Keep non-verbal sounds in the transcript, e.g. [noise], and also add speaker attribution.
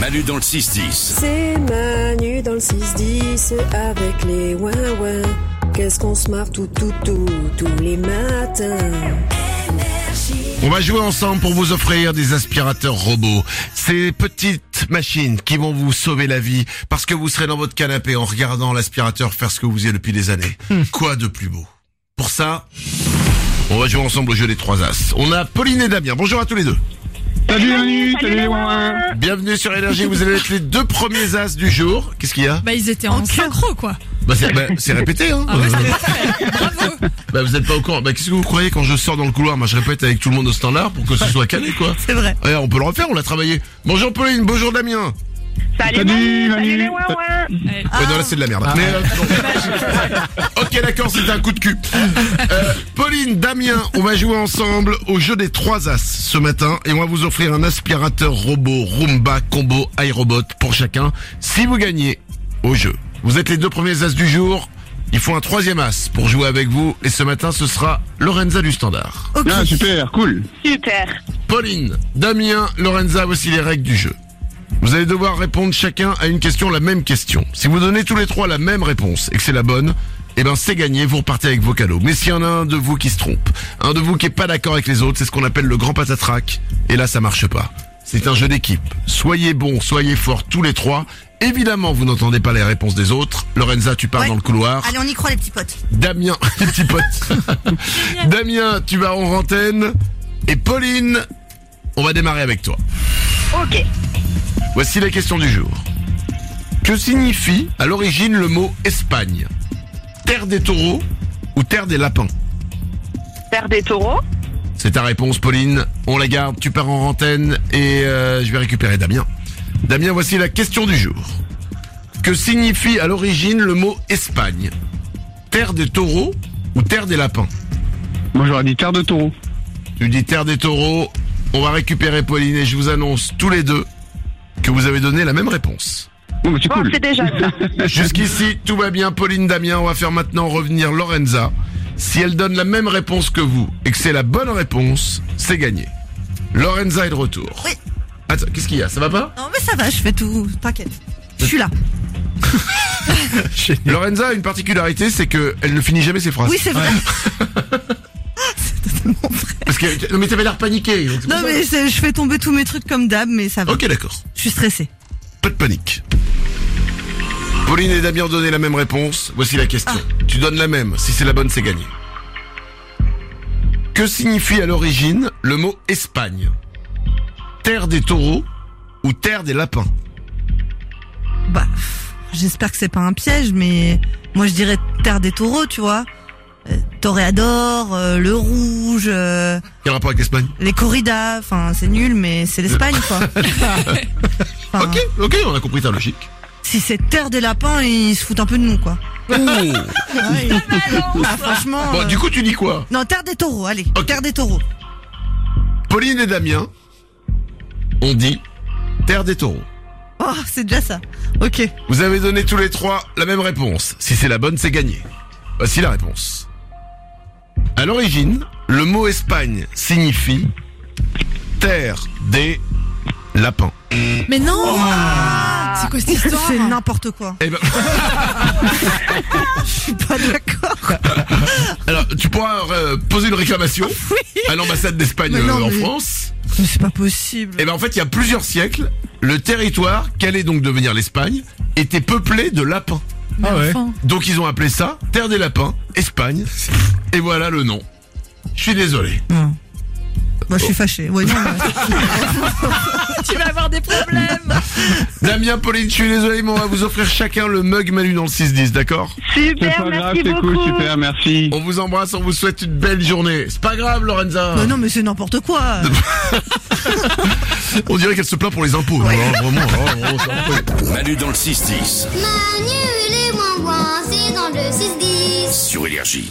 Speaker 1: Manu dans le 6-10.
Speaker 2: C'est Manu dans le 6-10 avec les ouin-ouin. Qu'est-ce qu'on se marre tout, tout, tout, tous les matins.
Speaker 3: On va jouer ensemble pour vous offrir des aspirateurs robots. Ces petites machines qui vont vous sauver la vie parce que vous serez dans votre canapé en regardant l'aspirateur faire ce que vous faisiez depuis des années. Quoi de plus beau Pour ça, on va jouer ensemble au jeu des trois as. On a Pauline et Damien. Bonjour à tous les deux.
Speaker 4: Salut Manu, salut, les ouins.
Speaker 3: Bienvenue sur Énergie. Vous allez être les deux premiers as du jour. Qu'est-ce qu'il y a
Speaker 5: Bah ils étaient en, synchro quoi.
Speaker 3: Bah, c'est, bah, c'est répété, hein.
Speaker 5: Ah
Speaker 3: [laughs] bah, vous êtes pas au courant. Bah, qu'est-ce que vous croyez quand je sors dans le couloir? Moi, je répète avec tout le monde au standard pour
Speaker 5: [laughs]
Speaker 3: que ce soit calé, quoi.
Speaker 5: C'est vrai.
Speaker 3: Ouais, on peut le refaire, on l'a travaillé. Bonjour Pauline, bonjour Damien.
Speaker 4: Salut, Manu, salut les ouins.
Speaker 3: Ouais, non, là, c'est de la merde. Mais, euh, bon. ok, d'accord, c'était un coup de cul. Euh, Pauline, Damien, on va jouer ensemble au jeu des trois as ce matin et on va vous offrir un aspirateur robot Roomba Combo iRobot pour chacun. Si vous gagnez au jeu, vous êtes les deux premiers as du jour. Il faut un troisième as pour jouer avec vous et ce matin, ce sera Lorenza du Standard.
Speaker 4: Ah, super, cool.
Speaker 6: Super.
Speaker 3: Pauline, Damien, Lorenza, voici les règles du jeu. Vous allez devoir répondre chacun à une question, la même question. Si vous donnez tous les trois la même réponse et que c'est la bonne, eh ben c'est gagné, vous repartez avec vos cadeaux. Mais s'il y en a un de vous qui se trompe, un de vous qui est pas d'accord avec les autres, c'est ce qu'on appelle le grand patatrac. Et là, ça marche pas. C'est un jeu d'équipe. Soyez bons, soyez forts tous les trois. Évidemment, vous n'entendez pas les réponses des autres. Lorenza, tu pars
Speaker 7: Ouais.
Speaker 3: dans le couloir.
Speaker 7: Allez, on y croit les petits potes.
Speaker 3: Damien, [laughs] les petits potes. Damien, tu vas en antenne. Et Pauline, on va démarrer avec toi.
Speaker 6: Ok.
Speaker 3: Voici la question du jour. Que signifie à l'origine le mot Espagne Terre des taureaux ou terre des lapins
Speaker 6: Faire des taureaux.
Speaker 3: C'est ta réponse, Pauline. On la garde, tu pars en antenne et euh, je vais récupérer Damien. Damien, voici la question du jour. Que signifie à l'origine le mot Espagne Terre des taureaux ou terre des lapins
Speaker 4: Moi j'aurais dit terre de taureau.
Speaker 3: Tu dis terre des taureaux. On va récupérer Pauline et je vous annonce tous les deux que vous avez donné la même réponse.
Speaker 4: Bon, bah, c'est
Speaker 6: Bon,
Speaker 4: cool.
Speaker 6: c'est
Speaker 4: [laughs]
Speaker 6: déjà ça.
Speaker 3: Jusqu'ici, tout va bien, Pauline Damien. On va faire maintenant revenir Lorenza. Si elle donne la même réponse que vous et que c'est la bonne réponse, c'est gagné. Lorenza est de retour.
Speaker 7: Oui.
Speaker 3: Attends, qu'est-ce qu'il y a Ça va pas
Speaker 7: Non, mais ça va, je fais tout. T'inquiète. Je suis là.
Speaker 3: Lorenza a une particularité, c'est que elle ne finit jamais ses phrases.
Speaker 7: Oui, c'est vrai.
Speaker 3: Parce que non mais t'avais l'air paniqué. donc c'est pour
Speaker 7: Non,
Speaker 3: ça.
Speaker 7: mais c'est- je fais tomber tous mes trucs comme d'hab, mais ça va.
Speaker 3: Ok, d'accord.
Speaker 7: Je suis stressée.
Speaker 3: Pas de panique. Pauline et Damien ont donné la même réponse. Voici la question. Tu donnes la même. Si c'est la bonne, c'est gagné. Que signifie à l'origine le mot Espagne Terre des taureaux ou terre des lapins
Speaker 7: Bah, pff, j'espère que c'est pas un piège, mais moi je dirais terre des taureaux, tu vois. Euh, Toréador, euh, le rouge, euh,
Speaker 3: Quel rapport avec l'Espagne
Speaker 7: les corridas, enfin c'est nul, mais c'est l'Espagne
Speaker 3: [laughs]
Speaker 7: quoi. Enfin,
Speaker 3: Ok, ok, on a compris ta logique.
Speaker 7: Si c'est terre des lapins, ils se foutent un peu de nous quoi. [laughs] Bah, franchement.
Speaker 3: Oh. Bon,
Speaker 7: euh,
Speaker 3: du coup, tu dis quoi
Speaker 7: Non, terre des taureaux, allez,
Speaker 3: Ok.
Speaker 7: terre des taureaux.
Speaker 3: Pauline et Damien, on dit terre des taureaux.
Speaker 7: Oh, c'est déjà ça. Ok.
Speaker 3: Vous avez donné tous les trois la même réponse. Si c'est la bonne, c'est gagné. Voici la réponse. À l'origine, le mot Espagne signifie terre des lapins.
Speaker 5: Mais non Oh. Ah, [laughs] C'est quoi cette histoire
Speaker 7: C'est n'importe quoi.
Speaker 3: Eh ben, [laughs]
Speaker 7: Je suis pas d'accord.
Speaker 3: alors, tu pourras euh, poser une réclamation à l'ambassade d'Espagne
Speaker 7: Ah Mais non,
Speaker 3: euh, en
Speaker 7: mais-
Speaker 3: France.
Speaker 7: Mais Bah, c'est pas possible.
Speaker 3: Eh ben, en fait, il y a plusieurs siècles, le territoire qu'allait donc devenir l'Espagne était peuplé de lapins.
Speaker 5: Mais enfin.
Speaker 3: Donc ils ont appelé ça Terre des Lapins, Espagne. Et voilà le nom. Je suis désolé.
Speaker 7: Moi je suis fâchée. Ouais, non, mais-
Speaker 5: Tu vas avoir des problèmes
Speaker 3: Damien, Pauline, je suis désolé, mais on va vous offrir chacun le mug Manu dans le 6-10, d'accord
Speaker 4: C'est
Speaker 6: Super,
Speaker 4: pas grave,
Speaker 6: merci
Speaker 4: c'est
Speaker 6: beaucoup.
Speaker 4: cool, super, merci.
Speaker 3: On vous embrasse, on vous souhaite une belle journée. C'est pas grave, Lorenza.
Speaker 7: Bah Non, non, mais c'est n'importe quoi.
Speaker 3: On dirait qu'elle se plaint pour les impôts. Alors, vraiment, alors, vraiment, c'est un peu-
Speaker 1: Manu dans le 6-10
Speaker 8: Manu les moins c'est dans le 6-10.
Speaker 1: sur Énergie.